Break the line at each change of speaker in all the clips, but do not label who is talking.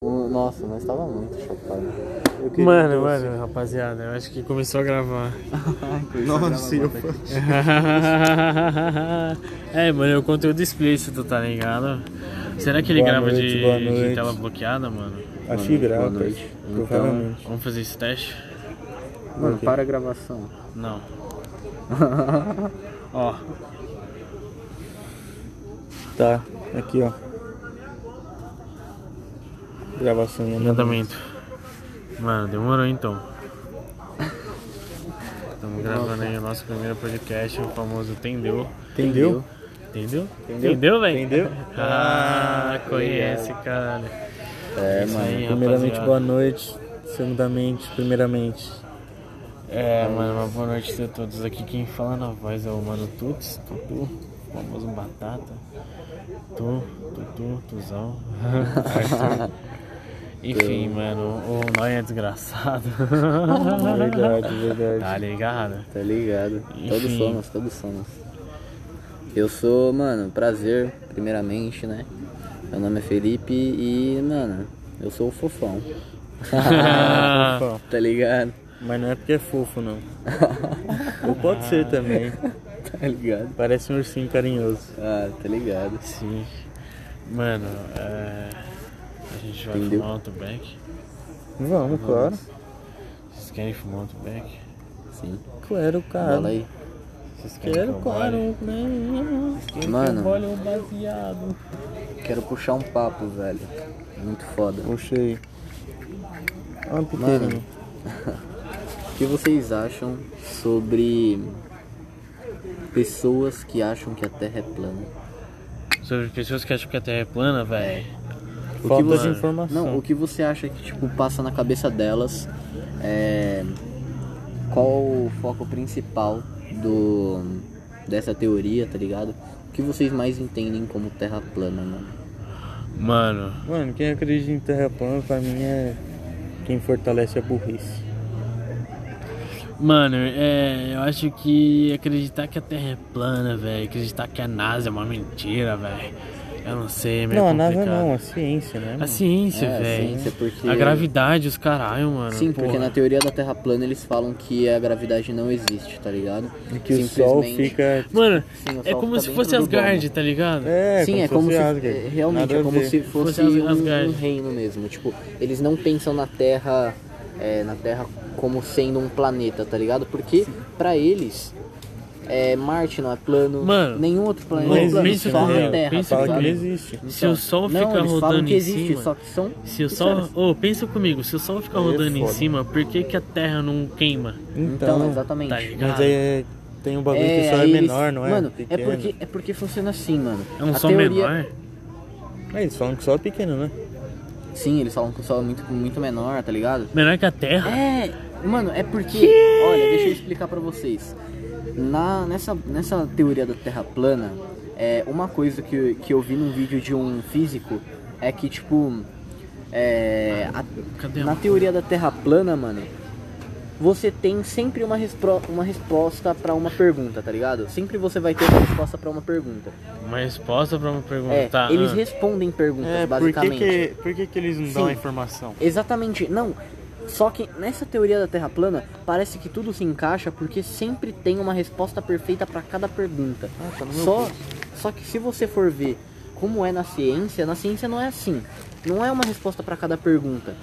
Nossa, nós tava muito chocado. Eu queria
Mano,
que eu-
mano, rapaziada, eu acho que começou a gravar.
Ai, que eu
Nossa, eu
jogava
fa-
bola aqui.
é, mano, é o conteúdo explícito, tá ligado? Será que ele
Boa
grava
noite,
de,
boa
de
noite.
tela bloqueada, mano?
Acho que grava,
Boa noite.
cara. provavelmente.
Vamos fazer esse teste?
Mano,
Ok.
para a gravação.
Não. Ó,
Tá, aqui ó. Gravação né? em
andamento. Mano, demorou então. Estamos gravando aí o nosso primeiro podcast, o famoso Tendeu.
Entendeu?
Entendeu? Entendeu, velho?
Entendeu?
Ah, conhece, caralho.
É,
Isso
mano.
aí,
Primeiramente,
rapaziada.
boa noite. Segundamente, primeiramente.
É, mano, uma boa noite a todos. Aqui quem fala na voz é o Mano Tuts, Tutu, o famoso Batata, Tu, Tutu, Tuzão, Arthur. Enfim, mano, o Nóia é desgraçado.
Verdade,
tá
Ah, verdade.
ligado?
Tá ligado. Todos
Enfim.
somos, todos somos. Eu sou, mano, prazer, primeiramente, né? Meu nome é Felipe e, mano, eu sou o fofão.
Ah.
Fofão.
Tá ligado?
Ah. Mas não é porque é fofo, não. Ou pode ser também.
Tá ligado?
Parece um ursinho carinhoso.
Ah, tá ligado.
Sim. Mano, é... a gente vai
Entendeu?
fumar outro back.
Vamos, claro.
Vocês querem fumar outro back?
Sim.
Claro, cara.
Fala aí. então,
Vocês querem que
Quero, um
eu
claro.
bole?
Né?
Mano.
Que eu bole um baseado.
Quero puxar um papo, velho. Muito foda.
Puxa aí. Olha um
Mano,
pequenininho.
o que vocês acham sobre pessoas que acham que a Terra é plana?
Sobre pessoas que acham que a Terra é plana, velho.
O
Falta
que
de
você,
informação.
Não, o que você acha que tipo passa na cabeça delas? É, qual o foco principal do dessa teoria, tá ligado? O que vocês mais entendem como Terra plana, mano?
Mano,
Mano, quem acredita em terra plana, pra mim é quem fortalece a burrice.
Mano, é, eu acho que acreditar que a Terra é plana, velho, acreditar que a NASA é uma mentira, velho. Eu não sei, é meio
não, a
complicado.
NASA não, a ciência, né?
A
mano?
ciência,
É, a
velho.
ciência, porque-
A gravidade, os caralho, mano.
Sim, porque
porra.
na teoria da Terra plana eles falam que a gravidade não existe, tá ligado?
E que o sol fica.
Mano,
Sim, o
é
sol
como
fica
se
dentro
fosse
do
Asgard,
domo.
tá ligado?
É,
Sim, é como se,
Asgard.
é, realmente
Nada
é
a
como
ver.
se fosse
Fosse
um,
Asgard.
um reino mesmo. Tipo, eles não pensam na Terra, é, na Terra como sendo um planeta, tá ligado? Porque pra eles é, Marte não é plano,
Mano,
nenhum outro planeta
não
é plano,
existe,
só
na
a
real.
Terra,
Pensa
tá
né? Fala que
ligado?
não existe.
Se o
não,
sol fica
eles falam
rodando
que
em
existe,
cima.
só que são
Se o sol.
é.
Ô, pensa comigo, se o sol fica rodando em
foda.
cima, por que, que a Terra não queima?
Então,
Então,
exatamente.
Tá ligado?
mas é, tem um bagulho que o sol é
aí eles-
menor, não é?
Mano, é
Pequeno.
porque, é porque funciona assim, mano.
É um
A
sol
teoria-
menor?
É, eles falam que o sol é pequeno, né?
Sim, eles falam que o Sol é muito, muito menor, tá ligado?
Menor que a Terra?
É, mano, é porque. Olha, deixa eu explicar pra vocês. Na, nessa, nessa teoria da Terra plana, é, uma coisa que, que eu vi num vídeo de um físico é que, tipo. é, a-
Cadê a
na teoria da Terra plana, mano, você tem sempre uma, respro- uma resposta pra uma pergunta, tá ligado? Sempre você vai ter uma resposta pra uma pergunta.
Uma resposta pra uma pergunta.
É,
tá,
eles
ah. É,
respondem perguntas, É, basicamente.
por que, que eles não
dão a
informação?
Exatamente, não. Só que nessa teoria da Terra plana, parece que tudo se encaixa porque sempre tem uma resposta perfeita para cada pergunta.
Ah, tá no meu
só,
bolso.
só que se você for ver como é na ciência, na ciência não é assim. Não é uma resposta para cada pergunta.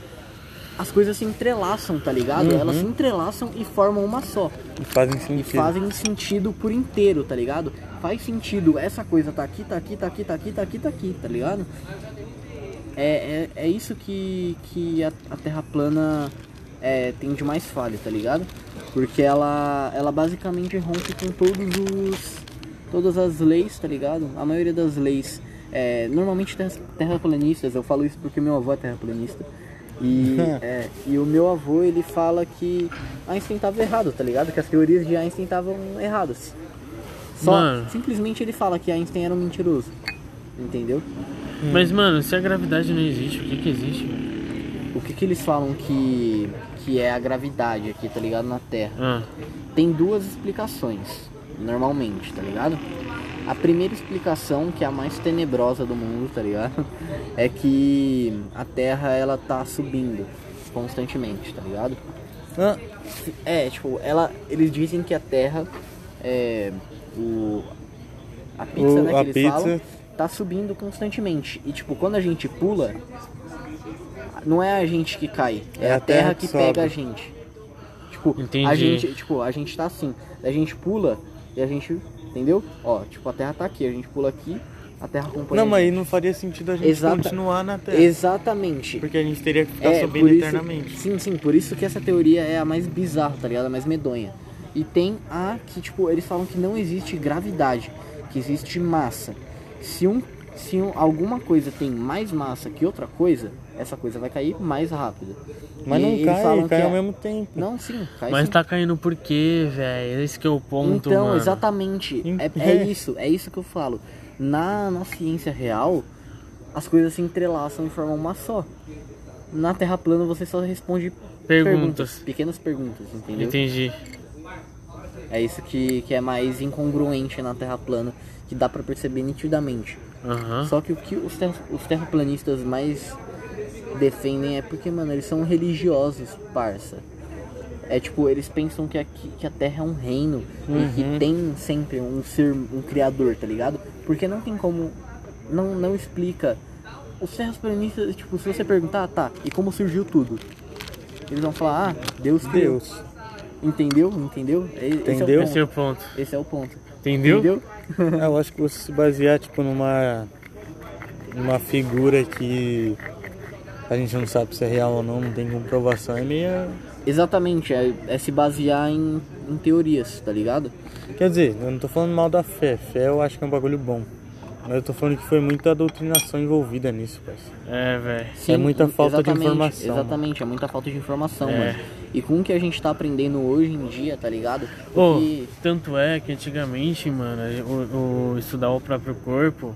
As coisas se entrelaçam, tá ligado?
Uhum.
Elas se entrelaçam e formam uma só.
E fazem
E
sentido.
fazem sentido por inteiro, tá ligado? Faz sentido. Essa coisa tá aqui, tá aqui, tá aqui, tá aqui, tá aqui, tá aqui, tá ligado? É, é, é isso que, que a, a Terra plana é, tem de mais falha, tá ligado? Porque ela, ela basicamente rompe com todos os, todas as leis, tá ligado? A maioria das leis. É, normalmente terras- terraplanistas, eu falo isso porque meu avô é terraplanista. E, é, e o meu avô ele fala que Einstein tava errado, tá ligado? Que as teorias de Einstein estavam erradas. Só,
Mano.
simplesmente ele fala que Einstein era um mentiroso. Entendeu?
Mas, mano, se a gravidade não existe, o que que existe? velho?
O que, que eles falam que, que é a gravidade aqui, tá ligado? Na Terra.
Ah,
Tem duas explicações, normalmente, tá ligado? A primeira explicação, que é a mais tenebrosa do mundo, tá ligado? É que a Terra ela tá subindo constantemente, tá ligado?
Ah,
É, tipo, ela, eles dizem que a Terra é o a pizza,
O-
né, que
a
eles
pizza.
falam, tá subindo constantemente. E tipo, quando a gente pula, não é a gente que cai, é, a, terra, que,
sobe.
pega a gente. Tipo, a
Entendi.
gente, tipo, a gente tá assim, a gente pula e a gente, entendeu? Ó, tipo, a terra tá aqui, a gente pula aqui, a terra acompanha.
não,
a
mas aí
gente.
não faria sentido a gente
é. Exata-
continuar na Terra.
Exatamente.
Porque a gente teria que ficar
É, por
Tá subindo
isso-
eternamente.
Sim, sim, por isso que essa teoria é a mais bizarra, tá ligado? A mais medonha. E tem a que, tipo, eles falam que não existe gravidade, que existe massa. Se, um, se um, alguma coisa tem mais massa que outra coisa, essa coisa vai cair mais rápido.
Mas
E
não
eles
cai,
falam
cai
que
ao
é-
mesmo tempo.
Não, sim, cai
Mas
sim.
tá caindo por quê, velho? Esse que é o ponto,
Então,
mano.
exatamente.
Em-
É, é
é.
isso, é isso que eu falo. Na, na ciência real, as coisas se entrelaçam e formam uma só. Na Terra plana você só responde perguntas,
Perguntas.
pequenas perguntas, entendeu?
Entendi.
É isso que, que é mais incongruente na Terra plana, que dá pra perceber nitidamente.
Aham.
Só que o que os, terra- os terraplanistas mais defendem é porque, mano, eles são religiosos, parça. É tipo, eles pensam que, aqui, que a Terra é um reino e
Uhum.
que tem sempre um ser, um criador, tá ligado? Porque não tem como. Não, não explica. Os terraplanistas, tipo, se você perguntar, "Ah, tá, e como surgiu tudo? Eles vão falar, ah, Deus criou.
Deus.
Entendeu? Entendeu? E- esse é o
Entendeu?
ponto.
Esse é o ponto.
Esse é o ponto.
Entendeu?
Ah, eu acho que você se basear, tipo, numa. numa figura que a gente não sabe se é real ou não, não tem comprovação, ele é.
Exatamente, é, é se basear em, em teorias, tá ligado?
Quer dizer, eu não tô falando mal da fé. Fé eu acho que é um bagulho bom. Mas eu tô falando que foi muita doutrinação envolvida nisso, parceiro.
É, velho.
Sim,
muita falta de
exatamente,
informação, mano.
Exatamente, é muita falta de informação,
É.
mano. E com o que a gente tá aprendendo hoje em dia, tá ligado?
Ô,
Porque-
tanto é que antigamente, mano, o, o estudar o próprio corpo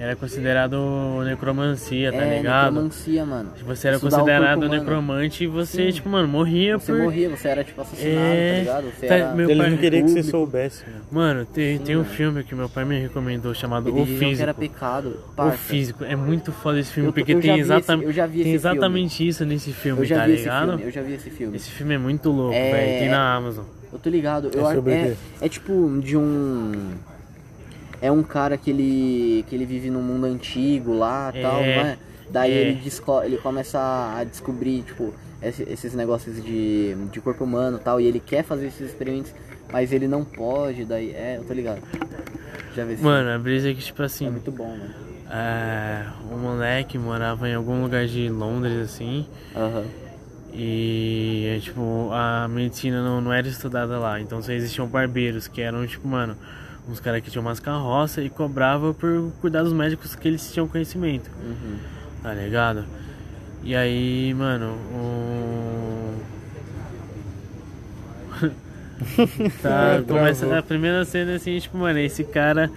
era considerado necromancia, tá
é,
ligado?
necromancia, mano.
Você era
Estudar o
considerado
corpo humano.
necromante e você,
Sim.
tipo, mano, morria
Você
por.
morria, você era tipo assassinado, tá
É,
ligado? Você
tá-
era...
meu-
Ele
pai-
não queria que você
público.
soubesse, mano.
Mano, tem, tem um filme que meu pai me recomendou chamado
Eles
O
diziam que era
Físico.
pecado.
O
Parça,
Físico. É muito foda esse filme,
Eu-
porque
eu já
tem,
vi esse-
exatam-
eu já vi
tem
esse filme.
exatamente isso nesse filme,
Eu já
tá
vi esse
ligado?
filme, eu já vi esse filme.
Esse filme é muito louco,
É-
velho. Tem na Amazon.
Eu tô ligado. Eu
É
acho-
sobre o
é,
quê?
é tipo de um. É um cara que ele. que ele vive num mundo antigo lá e
É,
tal, não é? Daí
é.
ele, desco- ele começa a descobrir, tipo, esse- esses negócios de, de corpo humano e tal, e ele quer fazer esses experimentos, mas ele não pode, daí. É, eu tô ligado. Já vi esse
Mano, a brisa é que, tipo
filme. É
assim,
muito bom, mano.
é, o moleque morava em algum lugar de Londres, assim,
Aham.
e, é, tipo, a medicina não, não era estudada lá, então só existiam barbeiros, que eram, tipo, mano, uns caras que tinham umas carroças e cobrava por cuidar dos médicos que eles tinham conhecimento,
Uhum.
tá ligado? E aí, mano, o...
É,
Tá, começa a primeira cena assim, tipo, mano, esse cara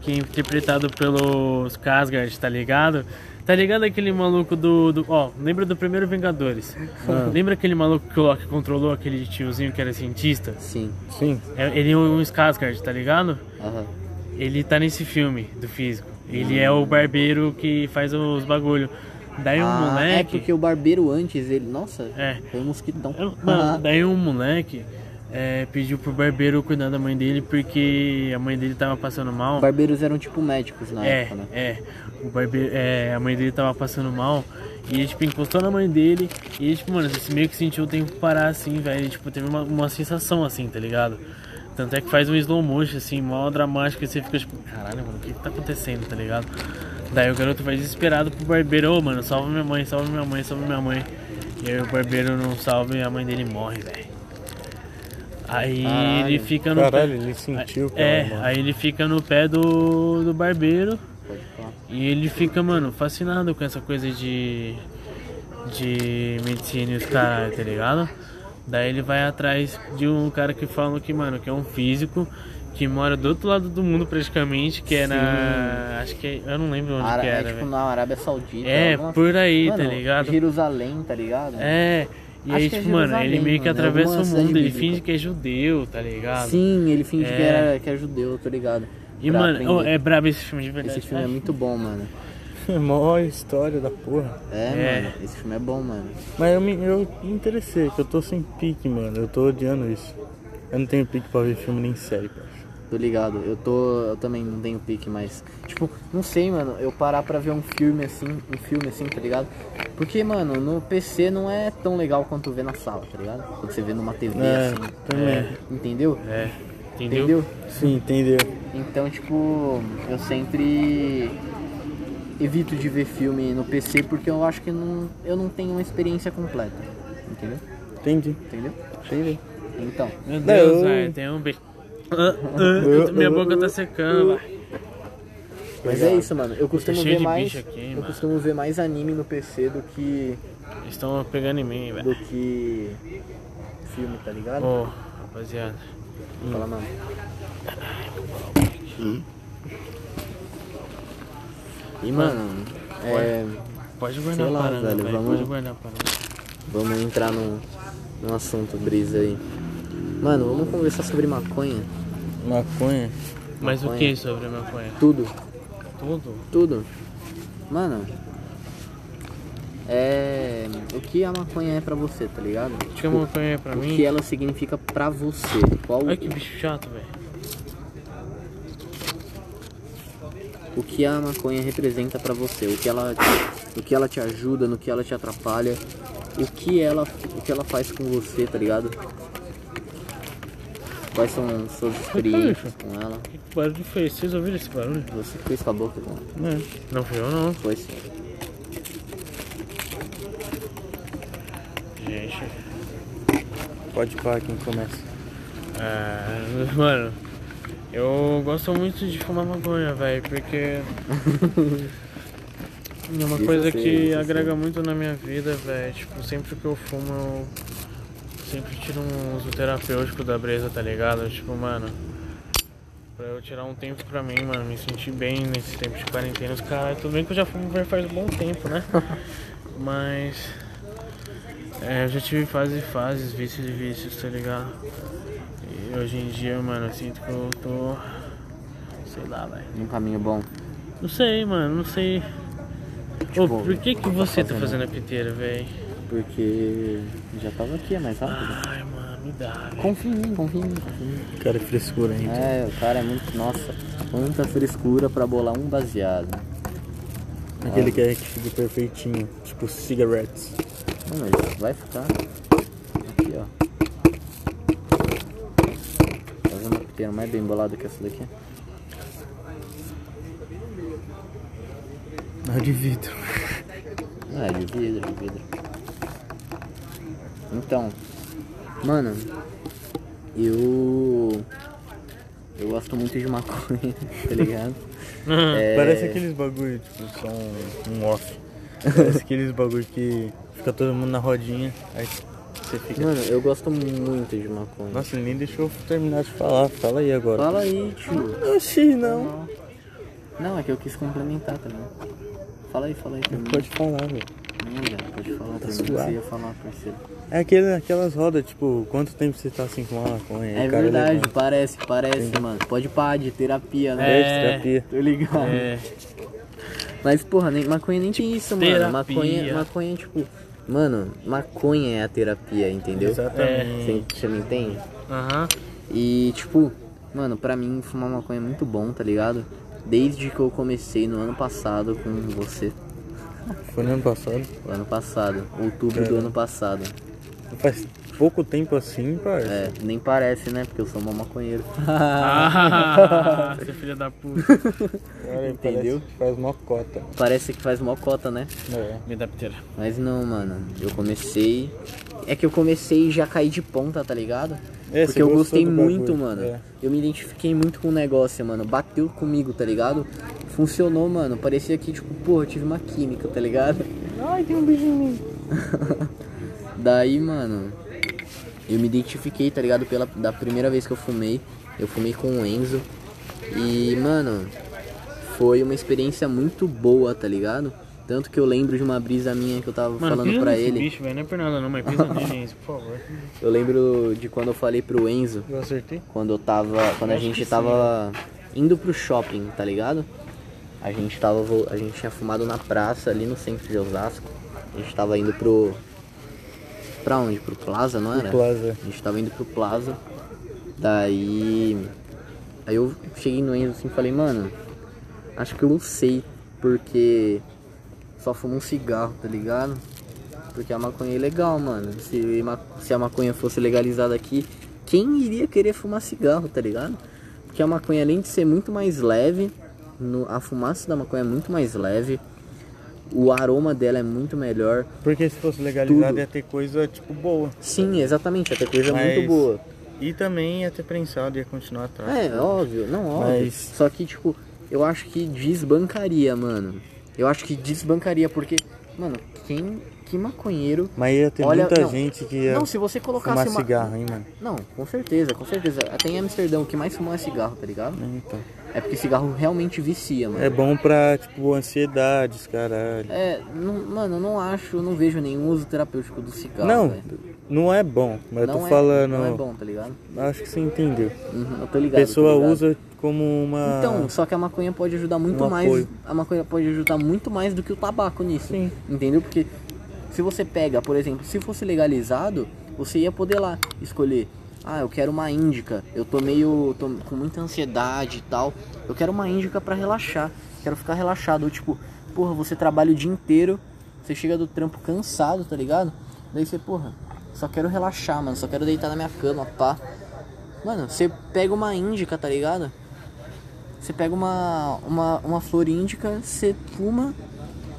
que é interpretado pelo Skarsgård, tá ligado? Tá ligado aquele maluco do, do- Ó, lembra do primeiro Vingadores?
Ah.
Lembra aquele maluco que o Loki controlou, aquele tiozinho que era cientista?
Sim.
Sim.
É- Ele é um Skarsgård, tá ligado?
Aham.
Ele tá nesse filme do físico. Ele é o barbeiro que faz os bagulho. Daí um
Ah, é
moleque.
porque o barbeiro antes, ele. Nossa,
É.
foi um mosquitão.
Eu-
Ah.
Mano, daí um moleque é, pediu pro barbeiro cuidar da mãe dele porque a mãe dele tava passando mal.
Barbeiros eram tipo médicos na
É,
época, né?
é. O barbeiro, é, a mãe dele tava passando mal. E ele, tipo, encostou na mãe dele. E ele, tipo, mano, você meio que sentiu o tempo parar assim, velho. Tipo, teve uma, uma sensação assim, tá ligado? Tanto é que faz um slow motion, assim, mó dramático. E você fica tipo, caralho, mano, o que que tá acontecendo, tá ligado? Daí o garoto vai desesperado pro barbeiro: Ô, mano, salva minha mãe, salva minha mãe, salva minha mãe. E aí o barbeiro não salva e a mãe dele morre, velho. Aí ele
Caralho.
fica no.
Caralho, ele sentiu, cara.
É,
mano.
aí ele fica no pé do, do barbeiro
Pode falar.
e ele fica, mano, fascinado com essa coisa de. de medicina e os caralho, tá ligado? Daí ele vai atrás de um cara que fala que, mano, que é um físico que mora do outro lado do mundo praticamente, que é na. Acho que é, Eu não lembro onde
Ara-
que
é
era,
tipo
velho.
na Arábia Saudita.
É,
alguma- assim.
por aí, tá
Mano,
ligado?
Jerusalém, tá ligado?
É. E
Acho
aí,
que é
tipo, mano, ele
Jerusalém,
meio que
mano,
atravessa
alguma
o
cidade
mundo, ele
bíblica.
finge que é judeu, tá ligado?
Sim, ele finge que,
É.
era, que é judeu, tô ligado.
E,
pra
mano, oh,
aprender.
é brabo esse filme de verdade.
Esse filme é
cara.
muito bom, mano.
Mó história da porra.
É,
É.
mano, esse filme é bom, mano.
Mas eu me, eu me interessei, que eu tô sem pique, mano. Eu tô odiando isso. Eu não tenho pique pra ver filme nem série, parça.
Tô ligado, eu tô. Eu também não tenho pique, mas. Tipo, não sei, mano, eu parar pra ver um filme assim, um filme assim, tá ligado? Porque, mano, no PC não é tão legal quanto vê na sala, tá ligado? Quando você vê numa TV
É,
assim.
também.
Entendeu?
É, entendeu?
Entendeu?
Sim, entendeu?
Então, tipo, eu sempre evito de ver filme no PC porque eu acho que não, eu não tenho uma experiência completa. Entendeu?
Entendi.
Entendeu?
Entendi.
Então.
Meu Deus,
eu-
ai, tem um beijo. Ah, ah, eu tô- minha boca tá secando, vai.
Mas é isso, mano. Eu costumo
Tá cheio
ver
de
mais.
bicho aqui,
eu
mano.
costumo ver mais anime no PC do que.
Eles estão pegando em mim, velho.
do que. filme, tá ligado?
Ô, rapaziada. Hum.
Fala, mano. E mano, é,
Pode guardar
Sei
a
lá,
parada,
velho,
velho,
vamos-
Pode guardar a parada.
vamos entrar num, num assunto brisa aí. Mano, vamos conversar sobre maconha.
Maconha.
Mas o
Maconha.
que sobre a maconha?
Tudo,
Tudo?
tudo. Mano, é. O que a maconha é pra você, tá ligado?
Acho que a maconha é pra
O
mim.
que ela significa pra você? Qual
Olha que bicho chato, velho.
o que a maconha representa pra você? O que ela o que ela te ajuda, no que ela te atrapalha? O que ela o que ela faz com você, tá ligado? Quais são suas experiências com ela?
Que barulho que foi? esse? Vocês ouviram esse barulho?
Você que fez com a boca com ela?
É.
Não fui eu, não.
Foi sim.
Gente.
Pode parar quem começa.
Ah, mano, eu gosto muito de fumar maconha, velho, porque é uma
Isso
coisa
sim,
que
isso
agrega
sim.
muito na minha vida, velho. Tipo, sempre que eu fumo, eu sempre tiro um uso terapêutico da brisa, tá ligado? Tipo, mano, pra eu tirar um tempo pra mim, mano, me sentir bem nesse tempo de quarentena. Os caras, tudo bem que eu já fumo bem faz um bom tempo, né? Mas. É, eu já tive fases e fases, vícios e vícios, tá ligado? E hoje em dia, mano, eu sinto que eu tô. Sei lá, velho.
Um caminho bom.
Não sei, mano, não sei.
Tipo,
Ô, por que que você tá
fazendo?
fazendo a piteira, velho?
Porque já tava aqui, é mais rápido.
Ai, mano, me dá, velho.
Confia em mim, confia em mim. confia em mim.
Cara, é frescura ainda.
É, o cara é muito. Nossa, quanta frescura pra bolar um baseado.
Aquele que, é, que fica perfeitinho. Tipo, cigarettes.
Não, mas vai ficar aqui, ó. Tá vendo que tem uma mais bem bolada que essa daqui?
Ah, de vidro.
Ah, é de vidro, de vidro. Então, mano, eu. Eu gosto muito de maconha, tá ligado? É,
Parece aqueles bagulho, tipo, só um, um off. Parece aqueles bagulho que fica todo mundo na rodinha. Aí você fica.
Mano, eu gosto muito de maconha.
Nossa, ele nem deixou eu terminar de falar. Fala aí agora.
Fala aí, tio.
Oxi, não.
Não, é que eu quis complementar também. Fala aí, fala aí também.
Pode Tá falar, velho.
Não, velho, pode falar pra mim.
suado.
Você ia falar, parceiro.
É aquele, aquelas rodas, tipo, quanto tempo você tá sem fumar maconha? Aí
É
o cara
verdade,
levanta.
parece, parece, mano. Pode parar de terapia, né?
Dez, terapia.
Tô ligado.
É,
Mas, porra, nem, maconha nem tem isso, mano.
Terapia.
Maconha, maconha, é tipo. Mano, maconha é a terapia, entendeu?
Exatamente.
Você, você me entende?
É. aham.
E, tipo, mano, pra mim fumar maconha é muito bom, tá ligado? Desde que eu comecei no ano passado com você.
Foi no ano passado.
O ano passado. Outubro do ano passado.
Faz pouco tempo assim, parça.
É, nem parece, né? Porque eu sou uma maconheiro.
Ah, você é filha da puta.
Cara,
Entendeu?
parece que Faz mocota.
parece que faz mocota, né?
É.
Me dá piteira.
Mas não, mano. Eu comecei. É que eu comecei e já caí de ponta, tá ligado?
É,
Porque
você
eu
gostou
gostei
do
muito,
bagulho,
mano.
é.
Eu me identifiquei muito com o negócio, mano. Bateu comigo, tá ligado? Funcionou, mano. Parecia que, tipo, porra, eu tive uma química, tá ligado?
Ai, tem um bicho em mim.
Daí, mano, eu me identifiquei, tá ligado? Pela da primeira vez que eu fumei, eu fumei com o Enzo. E, mano, foi uma experiência muito boa, tá ligado? Tanto que eu lembro de uma brisa minha que eu tava
Mano,
falando
pisa
pra
nesse
ele.
bicho, velho. Não é por nada, não, mas pisa nele, Enzo, por favor.
Eu lembro de quando eu falei pro Enzo,
Eu acertei?
quando eu tava. Quando a
Acho que
gente
sim.
tava indo pro shopping, tá ligado? A gente tava. vo- A gente tinha fumado na praça ali no centro de Osasco. A gente tava indo pro. Pra onde? Pro Plaza, não era?
Plaza.
A gente tava indo pro Plaza. Daí. Aí eu cheguei no Enzo assim e falei, mano, acho que eu sei, porque só fumo um cigarro, tá ligado? Porque a maconha é ilegal, mano. Se, ma- se a maconha fosse legalizada aqui, quem iria querer fumar cigarro, tá ligado? Porque a maconha, além de ser muito mais leve, no- a fumaça da maconha é muito mais leve, o aroma dela é muito melhor.
Porque se fosse legalizado
Tudo.
ia ter coisa, tipo, boa.
Sim, exatamente, é até coisa muito
Mas-
boa.
E também ia ter prensado, ia continuar atrás.
É, óbvio, não óbvio.
Mas-
Só que, tipo, eu acho que desbancaria, mano. Eu acho que desbancaria, porque, mano, quem. Que maconheiro.
Mas ia ter
Olha,
muita
não.
gente que ia
Não, se você
fumar
colocasse uma.
cigarro, hein, mano.
Não, com certeza, com certeza. Até em Amsterdão, o que mais fumou é cigarro, tá ligado?
Então.
É porque cigarro realmente vicia, mano.
É bom pra, tipo, ansiedades, caralho.
É, não, mano, eu não acho, não vejo nenhum uso terapêutico do cigarro.
não,
velho.
não é bom. Mas eu
Não
tô
é-
falando.
Não é bom, tá ligado?
Acho que você entendeu.
Uhum, eu tô ligado.
A pessoa
tô ligado.
usa como uma.
Então, só que a maconha pode ajudar muito
Um
mais.
apoio.
A maconha pode ajudar muito mais do que o tabaco nisso.
Sim.
Entendeu? Porque se você pega, por exemplo, se fosse legalizado, você ia poder lá escolher. Ah, eu quero uma índica. Eu tô meio. tô com muita ansiedade e tal. Eu quero uma índica pra relaxar. Quero ficar relaxado. Ou, tipo, porra, você trabalha o dia inteiro, você chega do trampo cansado, tá ligado? Daí você, porra, só quero relaxar, mano. Só quero deitar na minha cama, pá. Mano, você pega uma índica, tá ligado? Você pega uma, uma, uma flor índica, você fuma,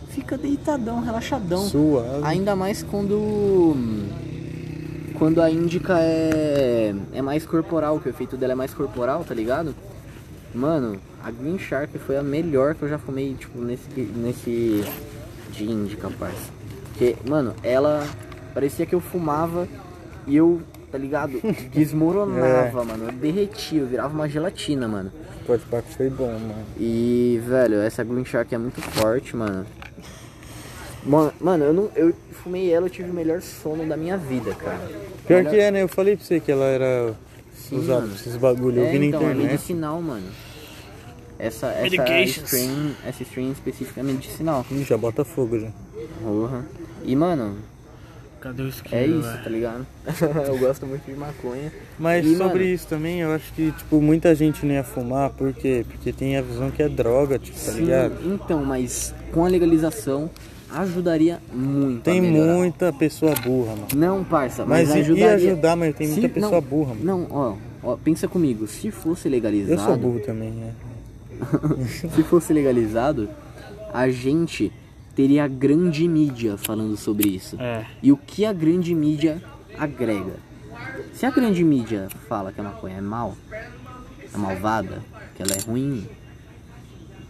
fica deitadão, relaxadão.
Suave.
Ainda mais quando. Quando a índica é. É mais corporal, que o efeito dela é mais corporal, tá ligado? Mano, a Green Shark foi a melhor que eu já fumei, tipo, nesse. nesse de índica, parça. Porque, mano, ela. Parecia que eu fumava e eu, tá ligado? Desmoronava, mano. Eu derretia, eu virava uma gelatina, mano.
Pode parar que foi bom, mano.
E, velho, essa Green Shark é muito forte, mano. Mano, mano eu, não, eu fumei ela, eu tive o melhor sono da minha vida, cara.
Pior
Melhor-
que é, né? Eu falei pra você que ela era
Sim,
usada
mano.
pra esses bagulho. Eu
é,
vi na
então, é
internet.
medicinal, mano. Essa, essa
Medications.
strain, essa strain específica é medicinal.
Ih, já bota fogo já.
Porra. E, mano,
Cadê o esquilo?
é isso,
velho?
tá ligado? eu gosto muito de maconha.
Mas
E,
sobre
mano-
isso também, eu acho que, tipo, muita gente não ia fumar, por quê? Porque tem a visão que é droga, tipo, tá
Sim,
ligado?
então, mas com a legalização ajudaria muito. a
Tem
melhorar.
muita pessoa burra, mano.
Não, parça, mas,
Mas e-
ajudaria...
ia ajudar, mas tem muita pessoa
não,
burra, mano.
Não, ó, ó, pensa comigo, se fosse legalizado...
Eu sou burro também, né?
Se fosse legalizado, a gente teria a grande mídia falando sobre isso.
É.
E o que a grande mídia agrega? Se a grande mídia fala que a maconha é mal, é malvada, que ela é ruim,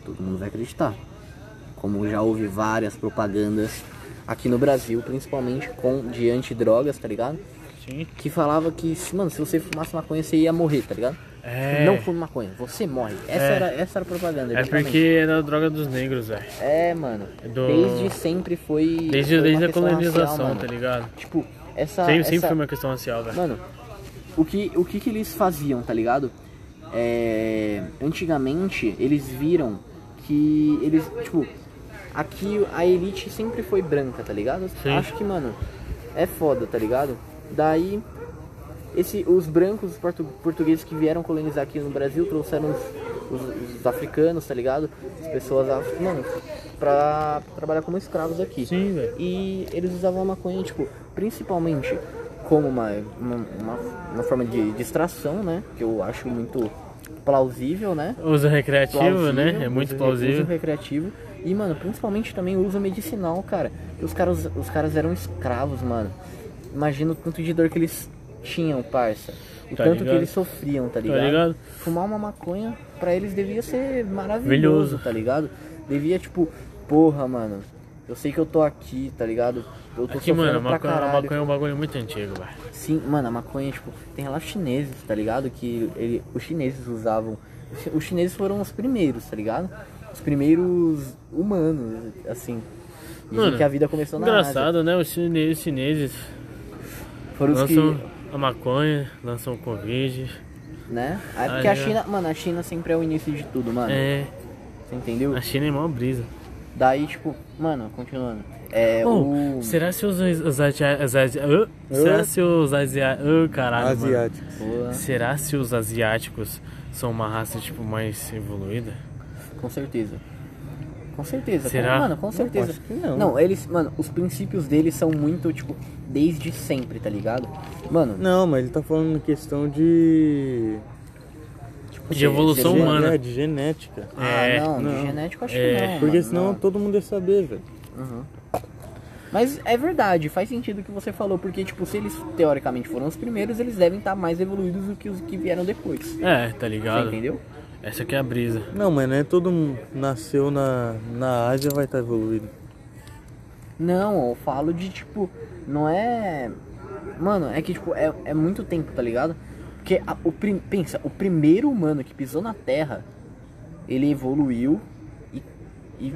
todo mundo vai acreditar. Como já houve várias propagandas aqui no Brasil, principalmente com de antidrogas, tá ligado?
Sim.
Que falava que, mano, se você fumasse maconha, você ia morrer, tá ligado?
É.
Não fume maconha, você morre. Essa,
É.
era, essa era a propaganda.
É
exatamente.
porque era a droga dos negros, velho.
É, mano.
Do-
Desde sempre foi. foi
Desde,
uma
desde a
questão racial,
colonização,
mano.
tá ligado?
Tipo, essa.
Sempre,
essa...
sempre foi uma questão racial, velho.
Mano, o que, o que que eles faziam, tá ligado? É, Antigamente, eles viram que eles, tipo, aqui a elite sempre foi branca, tá ligado?
Sim.
Acho que, mano, é foda, tá ligado? Daí, esse, os brancos, os portu- portugueses que vieram colonizar aqui no Brasil trouxeram os, os- os africanos, tá ligado? As pessoas, af- mano, pra trabalhar como escravos aqui.
Sim, velho.
E eles usavam a maconha, tipo, principalmente como uma, uma, uma, uma forma de distração, né? Que eu acho muito plausível, né?
Uso recreativo,
Plausível,
né? É muito
uso-
plausível.
Uso recreativo. E, mano, principalmente também uso medicinal, cara. Que os caras, os caras eram escravos, mano. Imagina o tanto de dor que eles tinham, parça. O
Tá
tanto que
ligado.
eles sofriam, tá ligado?
Tá ligado?
Fumar uma maconha pra eles devia ser maravilhoso,
Maravilhoso.
tá ligado? Devia, tipo, porra, mano. Eu sei que eu tô aqui, tá ligado? Eu tô
Aqui,
sofrendo
mano, a
pra
maconha, a
caralho.
maconha é um bagulho muito antigo, velho.
Sim, mano, a maconha, tipo, tem relatos chineses, tá ligado? Que ele- os chineses usavam. os chi- Os chineses foram os primeiros, tá ligado? Os primeiros humanos, assim. Dizem
Mano,
que a vida começou na Ásia.
Engraçado, né? Os chineses, os chineses
Foram os que.
lançam a maconha, lançam o Covid,
né? É porque a
Olha.
China, mano, a China sempre é o início de tudo, mano.
É,
Você entendeu?
a China é mó brisa.
Daí, tipo, mano, continuando. É o.
Ou, será se os, os, asia- os asia- ah, será se os asiáticos... caralho, mano.
Asiáticos.
Boa,
Será se os asiáticos são uma raça, tipo, mais evoluída?
com certeza. Com certeza,
Será?
Com, mano, com certeza.
acho que não.
eles, mano, os princípios deles são muito, tipo, desde sempre, tá ligado? Mano,
Não, mas ele tá falando em questão de.
tipo,
De
cê-
evolução
cê vê-
humana.
É, de genética.
Ah,
É,
não, de
não.
genético acho
É.
que não.
Porque
mano,
senão
não.
todo mundo ia saber, velho.
Uhum. Mas é verdade, faz sentido o que você falou, porque, tipo, se eles teoricamente foram os primeiros, eles devem estar mais evoluídos do que os que vieram depois. Você
É, tá ligado?
entendeu?
Essa aqui é a brisa.
Não, mas não é todo mundo nasceu na, na Ásia vai estar evoluído.
Não, eu falo de tipo, não é. Mano, é que tipo, é, é muito tempo, tá ligado? Porque a- o prim... pensa, o primeiro humano que pisou na Terra, ele evoluiu e, e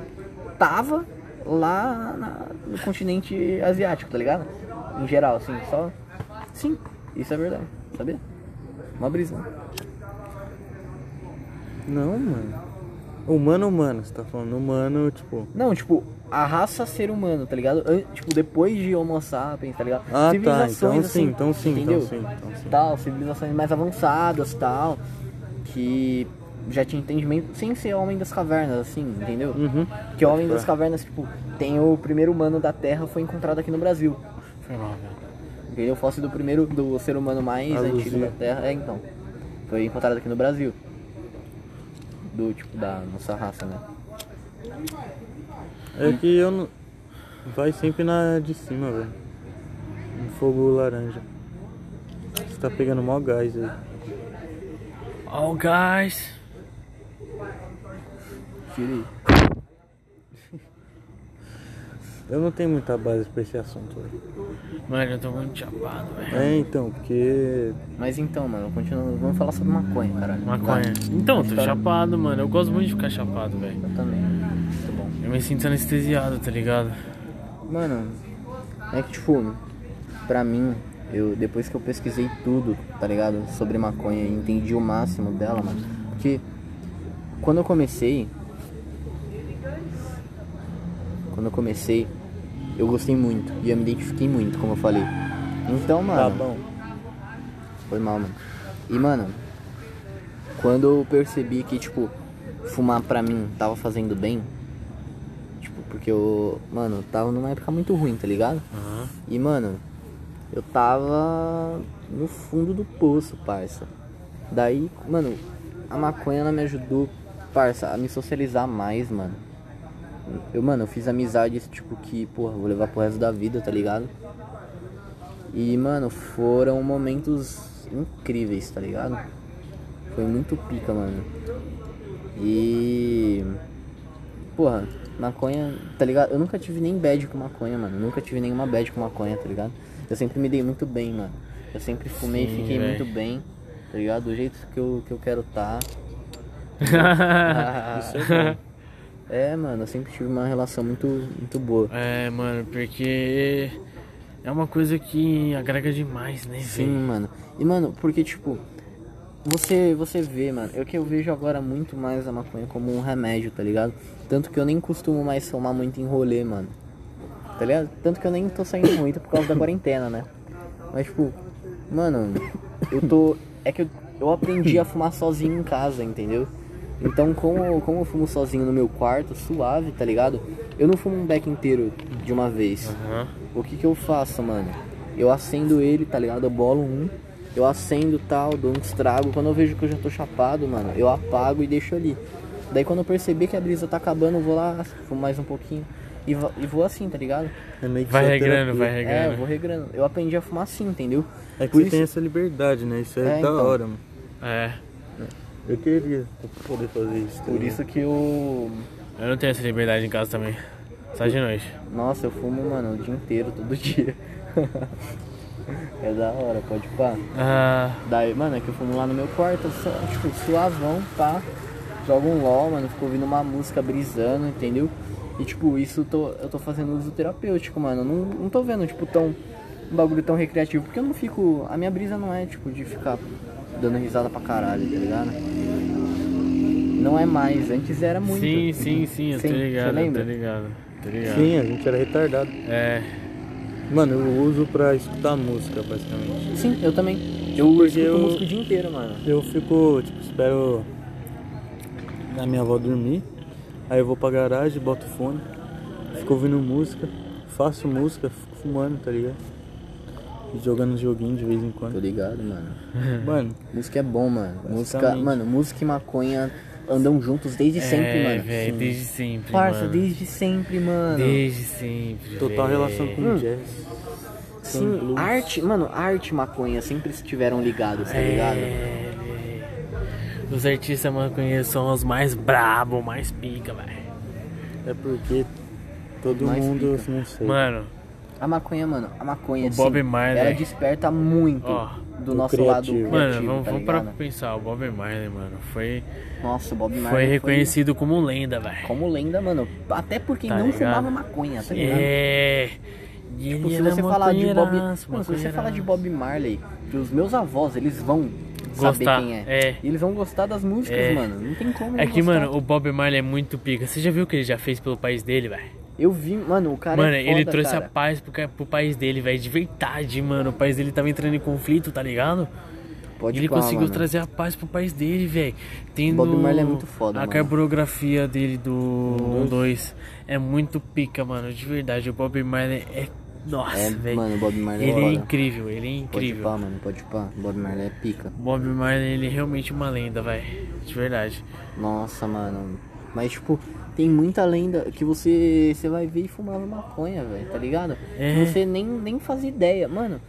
tava lá na- no continente asiático, tá ligado? Em geral, assim, só. Sim, isso é verdade, sabia? Uma brisa. né?
Não, mano. Humano, humano, você tá falando humano, tipo.
Não, tipo, a raça ser humano, tá ligado? An- Tipo, depois de Homo sapiens, tá ligado?
Ah, tá.
Civilizações,
Então
assim,
sim, então sim, então
entendeu?
sim, então sim.
tal, civilizações mais avançadas tal, que já tinha entendimento sem ser homem das cavernas, assim, entendeu?
Uhum.
Que o homem das cavernas, tipo, tem o primeiro humano da Terra foi encontrado aqui no Brasil.
Foi mal, velho.
Entendeu? O fóssil do primeiro, do ser humano mais
A
antigo
Luzia.
da Terra, é então. Foi encontrado aqui no Brasil. Do tipo, da nossa raça, né?
É que eu não. Vai sempre na de cima, velho. Um fogo laranja. Você tá pegando mó gás aí.
All guys!
Tira aí.
Eu não tenho muita base pra esse assunto, velho.
Mano, eu tô muito chapado, velho.
É, então, porque.
Mas então, mano, continuando, vamos falar sobre maconha, caralho.
Maconha.
Vai.
Então, tô
História-
chapado, mano. Eu gosto muito de ficar chapado, velho.
Eu também. Muito bom.
Eu me sinto anestesiado, tá ligado?
Mano, é que tipo, pra mim, eu depois que eu pesquisei tudo, tá ligado? Sobre maconha e entendi o máximo dela, mano. Porque quando eu comecei. Quando eu comecei, eu gostei muito e eu me identifiquei muito, como eu falei. Então,
Tá
mano.
bom.
Foi mal, mano. E, mano, quando eu percebi que, tipo, fumar pra mim tava fazendo bem, tipo, porque eu, mano, eu tava numa época muito ruim, tá ligado?
Aham.
E, mano, eu tava no fundo do poço, parça. Daí, mano, a maconha ela me ajudou, parça, a me socializar mais, mano. Eu, mano, eu fiz amizades, tipo, que, porra, vou levar pro resto da vida, tá ligado? E, mano, foram momentos incríveis, tá ligado? Foi muito pica, mano. E. Porra, maconha, tá ligado? Eu nunca tive nem bad com maconha, mano. Nunca tive nenhuma bad com maconha, tá ligado? Eu sempre me dei muito bem, mano. Eu sempre fumei e
Sim,
fiquei
véi.
muito bem, tá ligado? Do jeito que eu, que eu quero tá. é, mano, eu sempre tive uma relação muito, muito boa.
é, mano, porque é uma coisa que agrega demais, né,
Sim,
velho?
mano. E, mano, porque, tipo, você, você vê, mano, eu que eu vejo agora muito mais a maconha como um remédio, tá ligado? Tanto que eu nem costumo mais tomar muito em rolê, mano. Tá ligado? Tanto que eu nem tô saindo muito por causa da quarentena, né? Mas, tipo, mano, eu tô. É que eu, eu aprendi a fumar sozinho em casa, entendeu? Então, como, como eu fumo sozinho no meu quarto, suave, tá ligado? Eu não fumo um beck inteiro de uma vez.
Aham.
O que que eu faço, mano? Eu acendo ele, tá ligado? Eu bolo um, eu acendo tal, dou um estrago. Quando eu vejo que eu já tô chapado, mano, eu apago e deixo ali. Daí quando eu perceber que a brisa tá acabando, eu vou lá, fumo mais um pouquinho. E, va- e vou assim, tá ligado?
É meio que
Vai
só
regrando,
terapia.
vai
É, eu
regrando.
vou regrando. Eu aprendi a fumar assim, entendeu?
É que
Por
você
isso-
tem essa liberdade, né? Isso é,
É,
da
então.
hora, mano.
É,
Eu queria poder fazer isso. tá
Por
ligado?
isso que eu.
eu não tenho essa liberdade em casa também. Só de noite.
Nossa, eu fumo, mano, o dia inteiro, todo dia. é da hora, pode pá.
Ah,
Daí, mano, é que eu fumo lá no meu quarto, só, tipo, suavão, pá. Jogo um LOL, mano, fico ouvindo uma música brisando, entendeu? E, tipo, isso eu tô, eu tô fazendo uso terapêutico, mano. Eu Não, não tô vendo, tipo, tão. Um bagulho tão recreativo, porque eu não fico. A minha brisa não é, tipo, de ficar dando risada pra caralho, tá ligado? Não é mais, antes era muito.
Sim, sim, sim, eu tô
Sim, você
ligado, eu tô
lembra?
ligado, tô ligado.
Sim, a gente era retardado.
É,
Mano, eu uso pra escutar música, basicamente.
Sim, eu também. Eu
Porque
escuto
eu-
música o dia inteiro, mano.
Eu fico, tipo, espero a minha avó dormir. Aí eu vou pra garagem, boto o fone, fico ouvindo música, faço música, fico fumando, tá ligado? E jogando joguinho de vez em
Tô
quando.
ligado, mano.
Mano,
Música é bom, mano. Música,
Basicamente.
mano, música e maconha andam juntos desde sempre,
é,
mano.
velho, desde sempre,
Parça,
mano.
desde sempre, mano.
Desde sempre,
total
véi.
relação com
Hum.
jazz.
Sim,
blues.
arte, mano, arte e maconha sempre estiveram ligados, tá ligado?
É, véi. É, Os artistas maconheiros são os mais brabo, mais pica, velho.
É porque todo
Mais
mundo, assim,
pica.
não sei.
Mano,
A maconha, mano, a maconha
O
assim,
Bob Marley.
Ela desperta muito
Ó,
do
o
nosso
criativo.
lado criativo,
mano, vamos,
tá
vamos parar pra
ligado?
pensar. O Bob Marley, mano, foi,
Nossa, o Bob Marley
foi reconhecido como lenda, velho.
como lenda, mano. Até porque
Tá
não
ligado?
fumava maconha, tá ligado?
É. E
Tipo,
ele
se
era
você falar de Bob,
maconheiraço,
mano, se você falar de
maconheiraço.
Bob Marley, os meus avós, eles vão
Gostar,
saber quem é.
é.
E eles vão gostar das músicas,
É.
mano. Não tem como
É
não
que,
gostar.
mano, o Bob Marley é muito pica. Você já viu o que ele já fez pelo país dele, velho?
eu vi, mano, o cara
Mano,
é
ele
foda,
trouxe
cara.
a paz pro, ca- pro país dele, velho. De verdade, mano. O país dele tava entrando em conflito, tá ligado?
Pode
ele
pá,
conseguiu
mano.
trazer a paz pro país dele, velho. Tendo
Bob Marley é muito foda,
A
mano. Um
carburografia dele do 2 é muito pica, mano. De verdade, o Bob Marley é. Nossa,
É,
velho.
mano, o Bob Marley é
Ele é
foda.
incrível, ele é
Pode
incrível.
pá, mano, pode pá. Bob Marley é pica.
Bob Marley, ele é realmente uma lenda, velho. De verdade.
Nossa, mano. Mas, tipo, tem muita lenda que você, você vai ver e fumava maconha, velho, tá ligado?
É.
Que você nem, nem faz ideia. Mano,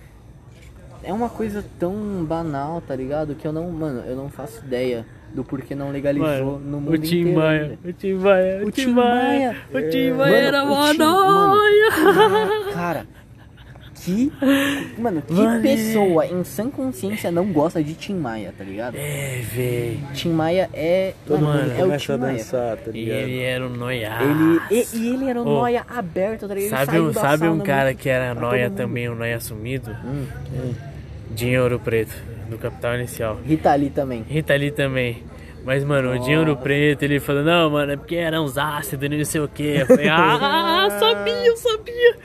é uma coisa tão banal, tá ligado? Que eu não, mano, eu não faço ideia do porquê não legalizou
Mano,
no mundo
o Tim
inteiro.
Maia,
ainda.
o Tim Maia,
O
o Tim
Tim
Maia,
Maia. É.
o Tim Maia era
Mano, o Tim- mano,
monóia.
Cara, que. Mano, que
Mano, é-
pessoa em sã consciência não gosta de Tim Maia, tá ligado?
É, véi.
Tim Maia é.
Todo
mano,
mundo
é o é.
começa
Tim
a
Maia.
dançar, tá
E
ligado?
ele era um noiaço.
Ele, e, e ele era um
Ô,
noia aberto, tá ligado? Ele
Sabe,
saiu né?
um,
da
sabe um
sauna
cara
muito-
que era
pra
noia
todo mundo.
também, um noia assumido?
Hum,
Dinheiro Preto, do Capital Inicial.
Rita Lee também.
Rita ali também. Mas, mano, o Dinheiro Preto, ele falou, não, mano, é porque era uns ácidos, não sei o quê. Eu falei, ah, sabia, eu sabia.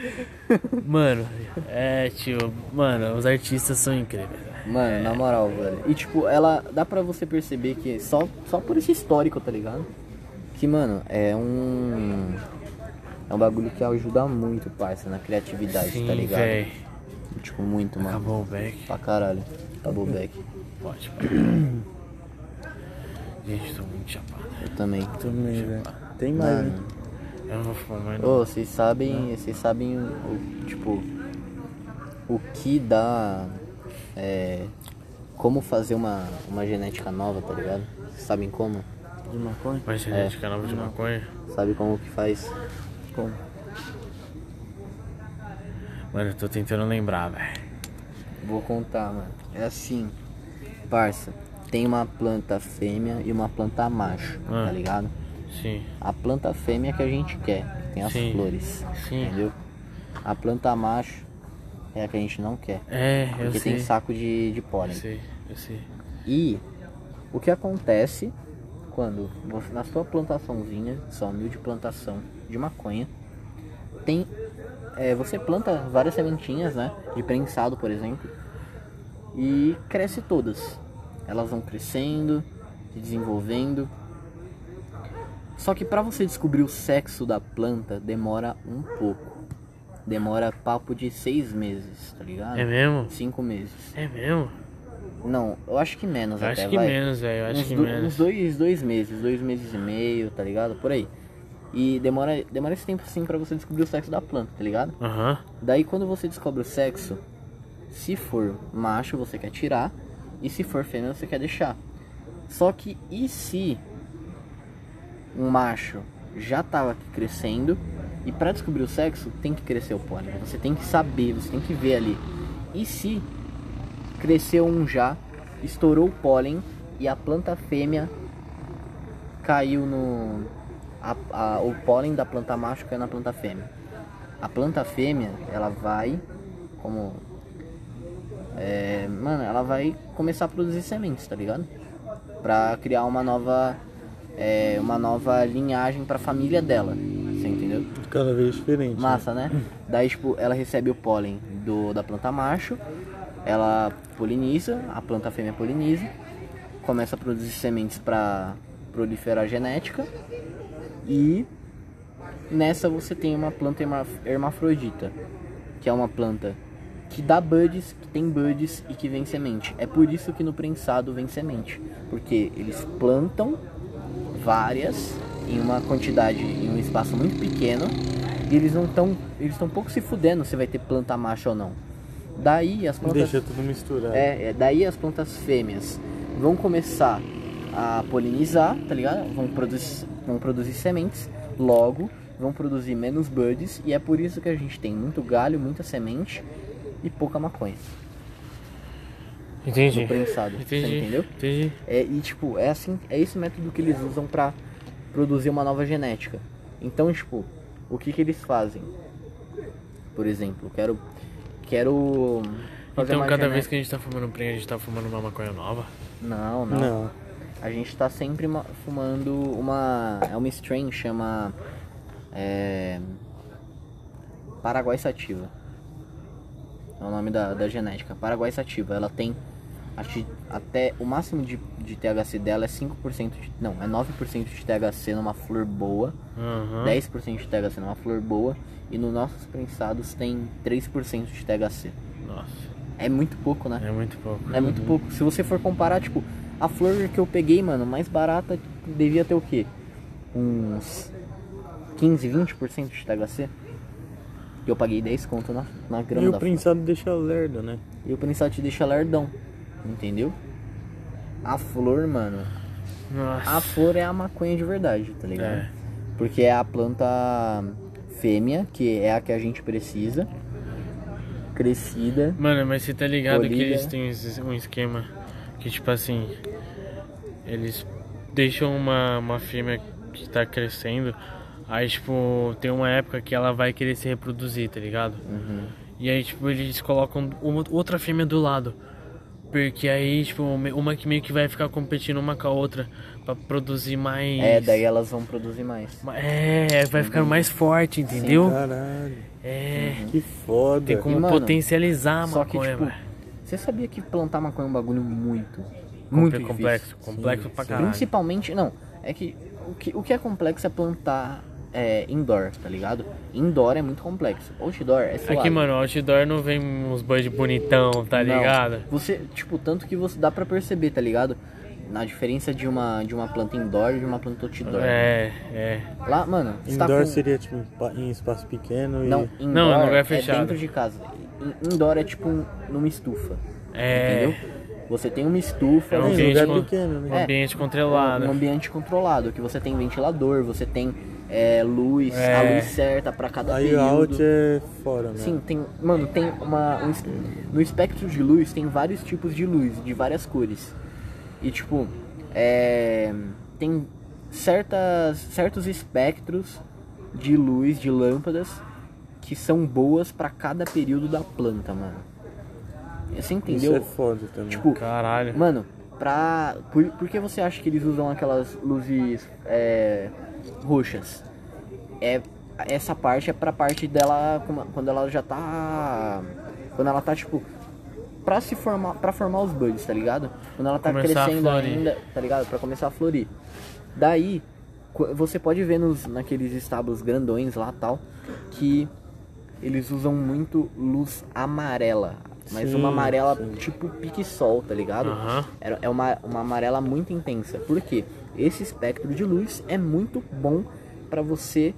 Mano, é, tio, mano, os artistas são incríveis.
Mano,
É.
na moral, velho. E tipo, ela. Dá pra você perceber que só, só por esse histórico, tá ligado? Que, mano, é um. É um bagulho que ajuda muito, parça, na criatividade, tá
Sim,
ligado?
véi.
Tipo, muito, mano.
Acabou o back.
Pra caralho. Acabou o back.
Pode, pode. Gente, tô muito chapado.
Eu também.
Também, velho. Tem mais,
Mano.
né?
Eu não vou fumar mais
Ô,
não.
vocês sabem, vocês sabem o, o- tipo o que dá é, como fazer uma, uma genética nova, tá ligado? Vocês sabem como?
De maconha?
Mas
É.
gente, canal de maconha.
Sabe como que faz?
Como?
Mano, eu tô tentando lembrar, velho.
Vou contar, mano. É assim, parça, tem uma planta fêmea e uma planta macho,
Ah.
tá ligado?
Sim.
A planta fêmea que a gente quer, que tem as
Sim.
flores,
Sim.
entendeu? A planta macho é a que a gente não quer,
É, eu
porque
sei.
tem saco de, de
Eu
pólen.
sei, eu sei.
E o que acontece quando você- na sua plantaçãozinha, sua humilde plantação de maconha, tem é, você planta várias sementinhas, né, de prensado, por exemplo, e cresce todas. Elas vão crescendo, se desenvolvendo. Só que pra você descobrir o sexo da planta demora um pouco. Demora papo de seis meses, tá ligado?
É mesmo?
Cinco meses.
É mesmo?
Não, eu acho que menos
Eu
até,
acho que
vai
menos, velho. Eu acho
uns,
que
do-
menos.
uns dois, dois meses, dois meses e meio, tá ligado? Por aí. E demora, demora esse tempo assim pra você descobrir o sexo da planta, tá ligado?
Aham.
Daí quando você descobre o sexo, se for macho você quer tirar e se for fêmea você quer deixar. Só que e se um macho já tava aqui crescendo e pra descobrir o sexo tem que crescer o pólen, você tem que saber, você tem que ver ali. E se cresceu um já, estourou o pólen e a planta fêmea caiu no a- a- o pólen da planta macho caiu na planta fêmea. A planta fêmea, ela vai, como é, mano, ela vai começar a produzir sementes, tá ligado? Pra criar uma nova, é, uma nova linhagem pra família dela, você entendeu?
Cada vez diferente. né?
Massa, né? Daí, tipo, ela recebe o pólen do, da planta macho, ela poliniza, a planta fêmea poliniza, começa a produzir sementes para proliferar a genética e nessa você tem uma planta herma- hermafrodita, que é uma planta que dá buds, que tem buds e que vem semente. É por isso que no prensado vem semente, porque eles plantam várias em uma quantidade, em um espaço muito pequeno, e eles não estão, eles estão pouco se fudendo se vai ter planta macho ou não. Daí as plantas
Deixa tudo misturado.
é, é, daí as plantas fêmeas vão começar a polinizar, tá ligado? Vão produzir, vão produzir sementes, logo vão produzir menos buds e é por isso que a gente tem muito galho, muita semente e pouca maconha
Entendi.
no prensado,
Entendi.
você entendeu?
Entendi.
É, e tipo, é assim, é esse método que eles usam pra produzir uma nova genética. Então, tipo, o que que eles fazem? Por exemplo, quero quero fazer
Então
uma
cada vez
genética-
que a gente tá fumando um prêmio, a gente tá fumando uma maconha nova.
Não, não.
Não.
A gente tá sempre ma- fumando uma. É uma strain, chama. É. Paraguai Sativa. É o nome da, da genética. Paraguai Sativa. Ela tem. acho que até o máximo de, de THC dela é 5%. De, não, é 9% de THC numa flor boa.
Aham.
10% de THC numa flor boa. E nos nossos prensados tem 3% de THC.
Nossa.
É muito pouco, né?
É muito pouco.
É
Uhum.
muito pouco. Se você for comparar, tipo, a flor que eu peguei, mano, mais barata devia ter o quê? Uns 15, 20% de THC? E eu paguei 10 conto na, na grama
E
da
o
flor.
prensado deixa lerdo, né?
E o prensado te deixa lerdão, entendeu? A flor, mano,
Nossa.
a flor é a maconha de verdade, tá ligado?
É.
Porque é a planta fêmea, que é a que a gente precisa, crescida.
Mano, mas você tá ligado que
Bolívia. né?
eles têm esse- um esquema que, tipo assim, eles deixam uma, uma fêmea que tá crescendo, aí, tipo, tem uma época que ela vai querer se reproduzir, tá ligado?
Uhum.
E aí, tipo, eles colocam uma- outra fêmea do lado. Porque aí, tipo, me- uma que meio que vai ficar competindo uma com a outra pra produzir mais.
É, Uhum. daí elas vão produzir mais.
ma- É, vai ficando mais forte, entendeu?
Caralho.
É.
Que foda.
Tem como
Uhum. E, mano,
potencializar a
Só que,
maconha,
tipo,
velho.
você sabia que plantar maconha é um bagulho muito, muito difícil.
complexo, complexo pra caralho.
Principalmente, não, é que o que, o que é complexo é plantar é, indoor, tá ligado? Indoor é muito complexo. Outdoor é suave.
Aqui, mano, o outdoor não vem uns buds bonitão, tá
Não.
ligado?
Você, tipo, tanto que você dá pra perceber, tá ligado? Na diferença de uma, de uma planta indoor e de uma planta outdoor.
É, é.
Lá, mano, você tá
Indoor
com-
seria tipo em pa- em espaço pequeno
Não,
e.
indoor
Não, lugar
é
fechado.
dentro de casa. In- Indoor é tipo um- numa estufa.
É.
Entendeu? Você tem uma estufa,
É um
você
Tem lugar
ambiente, con-
pequeno,
um
né?
É.
ambiente
um
controlado.
ambiente controlado, que você tem ventilador, você tem é, luz, a
É.
luz certa pra cada
Aí o
período.
out é fora, né?
Sim, tem, mano, tem uma um es- no espectro de luz tem vários tipos de luz, de várias cores. E tipo, é, tem certas certos espectros de luz de lâmpadas que são boas pra cada período da planta, mano. Você
Isso
entendeu?
é foda também.
Tipo,
Caralho.
Mano, pra. Por, por que você acha que eles usam aquelas luzes é, roxas? É, essa parte é pra parte dela como- quando ela já tá. Quando ela tá tipo. Pra se formar. para formar os buds, tá ligado? Quando ela tá
Começar a
crescendo
florir.
ainda, tá ligado? Pra começar a florir. Daí, qu- você pode ver nos, naqueles estábulos grandões lá tal, que eles usam muito luz amarela. Mas
Sim,
uma amarela
sim.
tipo pique-sol, tá ligado?
Aham.
Era- É uma, uma amarela muito intensa. porque Esse espectro de luz é muito bom pra você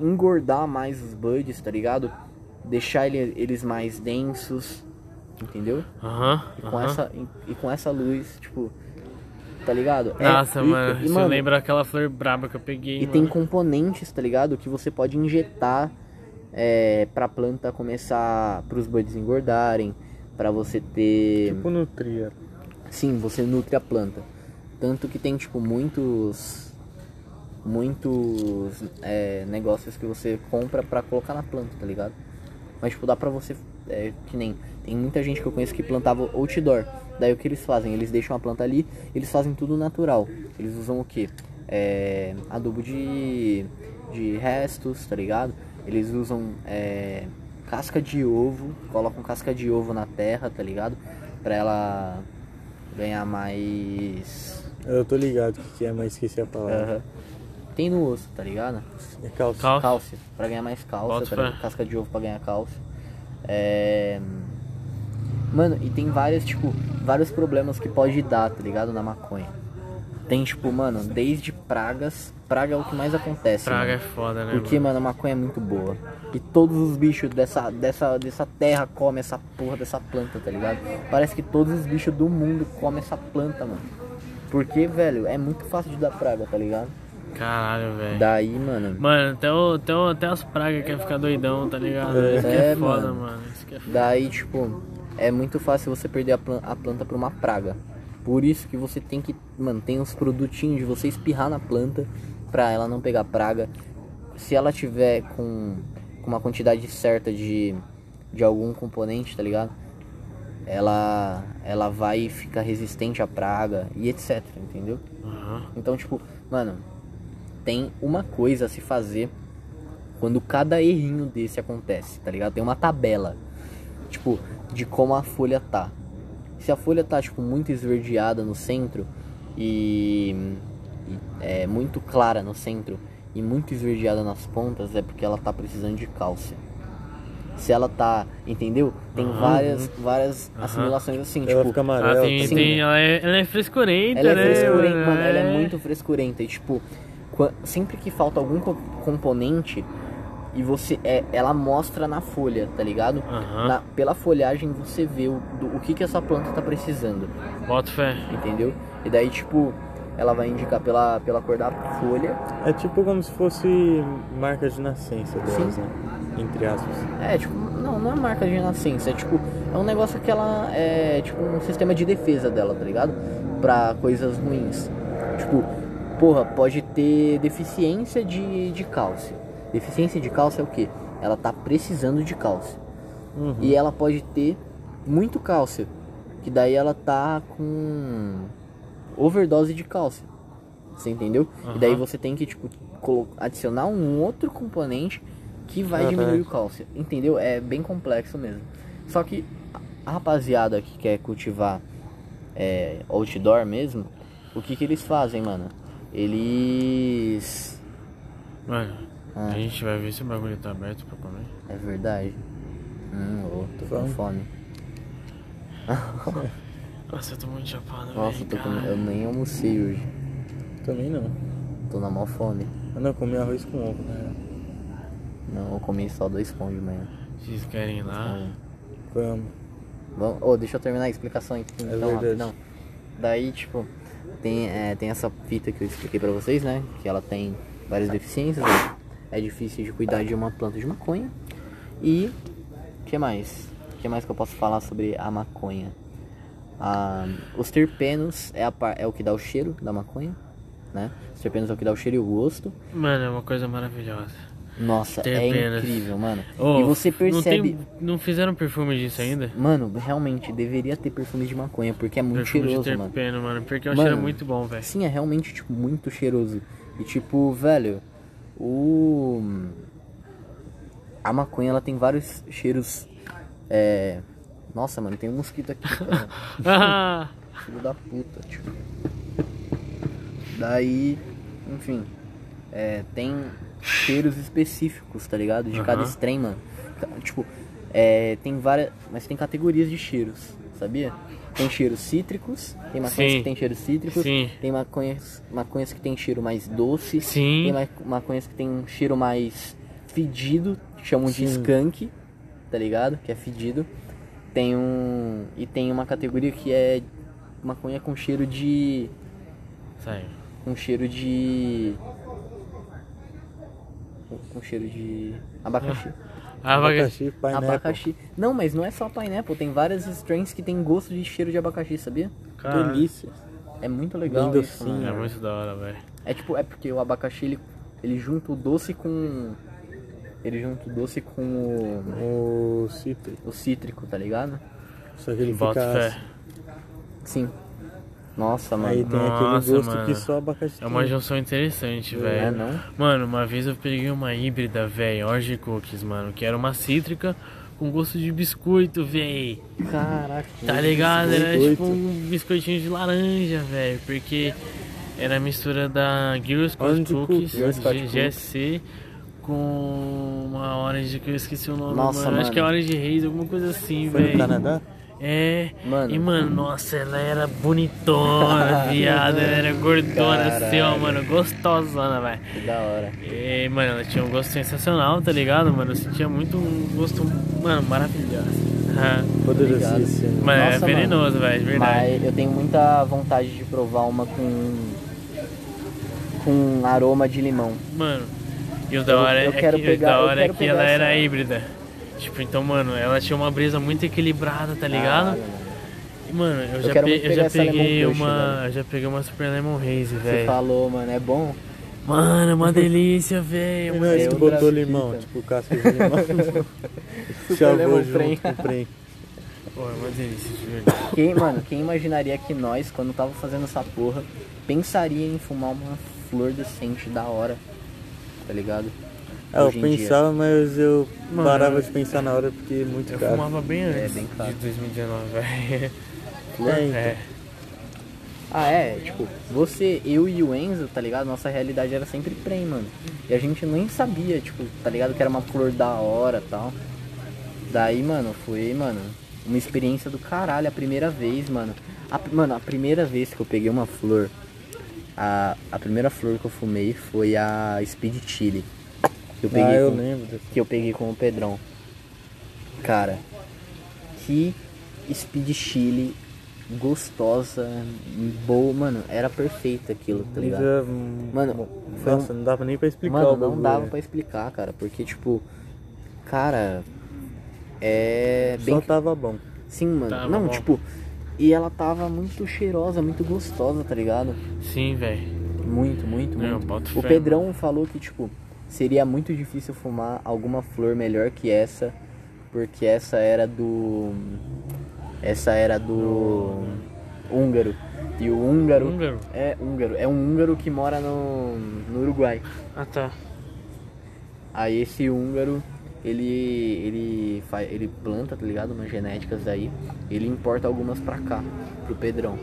engordar mais os buds, tá ligado? Deixar ele- eles mais densos, entendeu?
Aham.
E com,
aham.
essa, e, e com essa luz, tipo, tá ligado? É
Nossa,
pica.
mano,
E,
você lembra aquela flor braba que eu peguei,
e tem
mano.
componentes, tá ligado? Que você pode injetar é, pra planta começar, pros buds engordarem, pra você ter...
Tipo nutria.
Sim, você nutre a planta. Tanto que tem, tipo, muitos. Muitos é, negócios que você compra pra colocar na planta, tá ligado? Mas, tipo, dá pra você. é, que nem. Tem muita gente que eu conheço que plantava outdoor. Daí o que eles fazem? Eles deixam a planta ali, eles fazem tudo natural. Eles usam o quê? É, adubo de. de restos, tá ligado? Eles usam é, casca de ovo, colocam casca de ovo na terra, tá ligado? Pra ela ganhar mais.
Eu tô ligado o que que é, mas esqueci a palavra.
Aham. Tem no osso, tá ligado?
É calça.
Cal- Cálcio.
Cálcio. Pra ganhar mais cálcio.
Bota
Pra,
fé.
ganhar Casca de ovo pra ganhar cálcio. É... Mano, e tem várias, tipo, vários problemas que pode dar, tá ligado? Na maconha. Tem, tipo, mano, desde pragas. Praga é o que mais acontece.
Praga é
mano.
foda, né?
Porque,
mano?
mano, a maconha é muito boa. E todos os bichos dessa, dessa, dessa terra comem essa porra dessa planta, tá ligado? Parece que todos os bichos do mundo comem essa planta, mano. Porque, velho, é muito fácil de dar praga, tá ligado?
Caralho, velho.
Daí, mano.
Mano, até, o, até, o, até as pragas quer ficar doidão, tá ligado?
É.
Isso que é,
É,
foda,
mano.
mano. Isso que é foda.
Daí, tipo, é muito fácil você perder a, plan- a planta pra uma praga. Por isso que você tem que manter uns produtinhos de você espirrar na planta pra ela não pegar praga. Se ela tiver com, com uma quantidade certa de, de algum componente, tá ligado? Ela, ela vai ficar resistente à praga e etc, entendeu?
Aham.
Então, tipo, mano, tem uma coisa a se fazer quando cada errinho desse acontece, tá ligado? Tem uma tabela, tipo, de como a folha tá. Se a folha tá, tipo, muito esverdeada no centro e, e é muito clara no centro e muito esverdeada nas pontas, é porque ela tá precisando de cálcio. Se ela tá, entendeu? Tem
Aham.
várias, várias
Aham.
assimilações assim,
Ela
tipo,
fica
Ela,
amarela.
Ah, tem,
tá
sim.
tem,
ligado?
ela, é, ela é frescurenta,
Ela é
né?
frescurenta,
mano?
mano. Ela é muito frescurenta. E, tipo, qua- sempre que falta algum co- componente e você. É, ela mostra na folha, tá ligado?
Aham.
Na- pela folhagem você vê o, do- o que, que essa planta tá precisando,
Bota fé.
entendeu? E daí, tipo, ela vai indicar pela, pela cor da folha.
É tipo como se fosse marca de nascença delas,
Sim.
né? Entre aspas.
É, tipo, não, não é marca de nascença, é tipo, é um negócio que ela é tipo um sistema de defesa dela, tá ligado? Pra coisas ruins. Tipo, porra, pode ter deficiência de, de cálcio. Deficiência de cálcio é o quê? Ela tá precisando de cálcio.
Uhum.
E ela pode ter muito cálcio, que daí ela tá com overdose de cálcio. Você entendeu? E daí
Aham.
você tem que tipo colo- adicionar um outro componente que vai
Caraca.
diminuir o cálcio. Entendeu? É bem complexo mesmo. Só que a rapaziada que quer cultivar é, outdoor mesmo, o que que eles fazem, mano? Eles
Mano, a gente vai ver se o bagulho tá aberto pra comer.
é verdade. Hum, ô, tô com
Fome.
fome.
Nossa, eu tô muito chapado,
Nossa,
velho,
tô com...
cara.
eu nem almocei hoje.
Também não.
Tô na maior fome.
Ah, não, comi arroz com ovo, né?
Não, eu comi só dois pão de manhã.
Vocês querem ir lá?
Então,
Vamos.
vamos... Ô, deixa eu terminar a explicação aqui.
É
Então,
verdade.
rapidão. Daí, tipo, tem, é, tem essa fita que eu expliquei pra vocês, né? Que ela tem várias deficiências. né? É difícil de cuidar de uma planta de maconha. E o que mais? O que mais que eu posso falar sobre a maconha? Ah, os terpenos é, a par- é o que dá o cheiro da maconha, né? Os terpenos é o que dá o cheiro e o gosto.
Mano, é uma coisa maravilhosa.
Nossa, é
Terpenos.
incrível, mano.
Ô,
e você
não tem-
percebe.
Não, fizeram perfume disso ainda?
Mano, realmente, deveria ter perfume de maconha, porque é muito
perfume
cheiroso,
de
mano.
terpeno, mano. Porque eu
Mano.
cheiro muito bom, velho.
Sim, é realmente, tipo, muito cheiroso. E, tipo, velho, o... A maconha, ela tem vários cheiros, é... Nossa, mano, tem um mosquito aqui, cara.
Ah,
Filho da puta, tio. Daí, enfim, é, tem cheiros específicos, tá ligado? De cada
Aham.
strain, mano. Ca- Tipo, é, tem várias. Mas tem categorias de cheiros, sabia? Tem cheiros cítricos, tem maconhas
Sim.
que tem cheiros cítricos,
Sim.
tem maconhas, maconhas que tem cheiro mais doce,
Sim.
tem ma- maconhas que tem um cheiro mais fedido, que chamam de
Sim.
skunk, tá ligado? Que é fedido. Tem um. E tem uma categoria que é maconha com cheiro de.
Saiu.
com cheiro de. com- com cheiro de. abacaxi.
Ah, vai...
Abacaxi, pineapple.
abacaxi. Não, mas não é só pineapple, tem várias strains que tem gosto de cheiro de abacaxi, sabia?
Caralho.
Delícia.
É muito legal
Bem
isso,
docinho,
mano.
É muito da hora, velho.
É tipo, é porque o abacaxi ele, ele junta o doce com. ele junta o doce com o,
O Citri.
o cítrico, tá ligado?
Só que ele
Bota
fica
fé.
ácido.
Sim. Nossa, mano.
Aí tem
Nossa,
aquele gosto
mano.
que só abacaxi
É uma
tem.
junção interessante,
Não é
velho.
não?
Mano, uma vez eu peguei uma híbrida, velho, Orge Cookies, mano, que era uma cítrica com gosto de biscoito, velho.
Caraca.
Tá ligado? Era
biscoito.
tipo um biscoitinho de laranja, velho, porque era a mistura da Girls com
Orange
Cookies,
Cookies, Girls Cut
G- GSC, com uma Orange que eu esqueci o nome,
Nossa,
mano. Acho
mano.
que é Orange Reis, alguma coisa assim,
Foi no
velho.
Canadá?
É,
Mano.
e mano, nossa, ela era bonitona, viado, ela era gordona assim, ó, mano, gostosona, velho.
Que da hora.
E, mano, ela tinha um gosto sensacional, tá ligado, mano? Eu sentia muito um gosto, mano, maravilhoso. Ah,
Poderosíssimo.
mano, é
Nossa,
venenoso, velho, de verdade.
Mas eu tenho muita vontade de provar uma com. com aroma de limão.
Mano, e o da hora
eu
é
quero
que, o
pegar-
da
eu
hora é
quero
que
pegar
ela era
essa-
híbrida. Tipo, então, mano, ela tinha uma brisa muito equilibrada, tá ligado?
Caralho, mano.
E, mano, eu, já,
quero
pe-
muito
eu já
pegar essa Lemon
peguei
Kush,
uma.
velho.
Eu já peguei uma Super Lemon Haze,
Você
velho.
falou, mano, é bom?
Mano, é uma delícia, velho.
Não, esse
Eu
que botou
trafico.
limão, tipo casca de limão.
lemon
Chavou junto
um trem.
com o trem.
Pô, é uma delícia, de verdade.
Quem, mano, quem imaginaria que nós, quando tava fazendo essa porra, pensaria em fumar uma flor decente da hora? Tá ligado?
Ah, eu
Hoje em dia.
pensava, mas eu
Mano,
parava
eu-
de pensar na hora porque é muito
Eu
caro.
fumava bem
É,
antes
bem caro.
de 2019, velho.
É, então.
É.
Ah, é, tipo, você, eu e o Enzo, tá ligado? Nossa realidade era sempre prem, mano. E a gente nem sabia, tipo, tá ligado? Que era uma flor da hora e tal. Daí, mano, foi, mano, uma experiência do caralho. A primeira vez, mano. A, mano, a primeira vez que eu peguei uma flor, a, a primeira flor que eu fumei foi a Speed Chili. Que eu peguei
Ah, eu
com-
lembro.
que eu peguei com o Pedrão. Cara, que speed chili gostosa, boa, mano, era perfeito aquilo, tá ligado?
Mas, hum,
Mano,
bom,
foi um-
nossa, não dava nem pra explicar o
Mano, não
bagulho,
dava
né?
pra explicar, cara, porque tipo, cara, é
Só tá
bem
tava bom.
sim, mano.
Tava
não,
bom.
tipo, e ela tava muito cheirosa, muito gostosa, tá ligado?
Sim, velho.
Muito, muito,
Não,
muito.
boto
O
fé,
Pedrão falou que, tipo, seria muito difícil fumar alguma flor melhor que essa, porque essa era do. Essa era do. Húngaro. E o húngaro.
Húngaro?
É húngaro. É um húngaro que mora no, no Uruguai.
Ah, tá.
Aí esse húngaro, ele ele fa- ele planta, tá ligado? Umas genéticas daí. Ele importa algumas pra cá, pro Pedrão.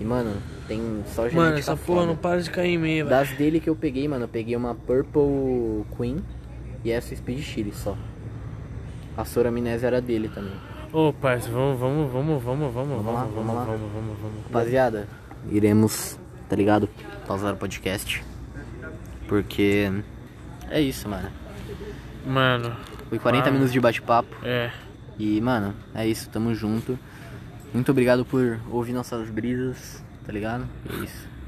E mano, tem só genética
Mano, essa porra
foda.
não para de cair em mim, velho.
Das dele que eu peguei, mano, eu peguei uma Purple Queen e essa Speed Chili só. A Soramnese era dele também.
Ô, parça, vamos, vamos, vamos, vamos, vamos,
lá,
vamos,
vamos lá.
vamos, vamos, vamos, vamos.
Rapaziada, iremos, tá ligado? Pausar o podcast. Porque é isso, mano.
Mano,
Foi 40
Mano.
minutos de bate-papo
é.
e, mano, é isso, tamo junto. Muito obrigado por ouvir nossas brisas, tá ligado? É isso.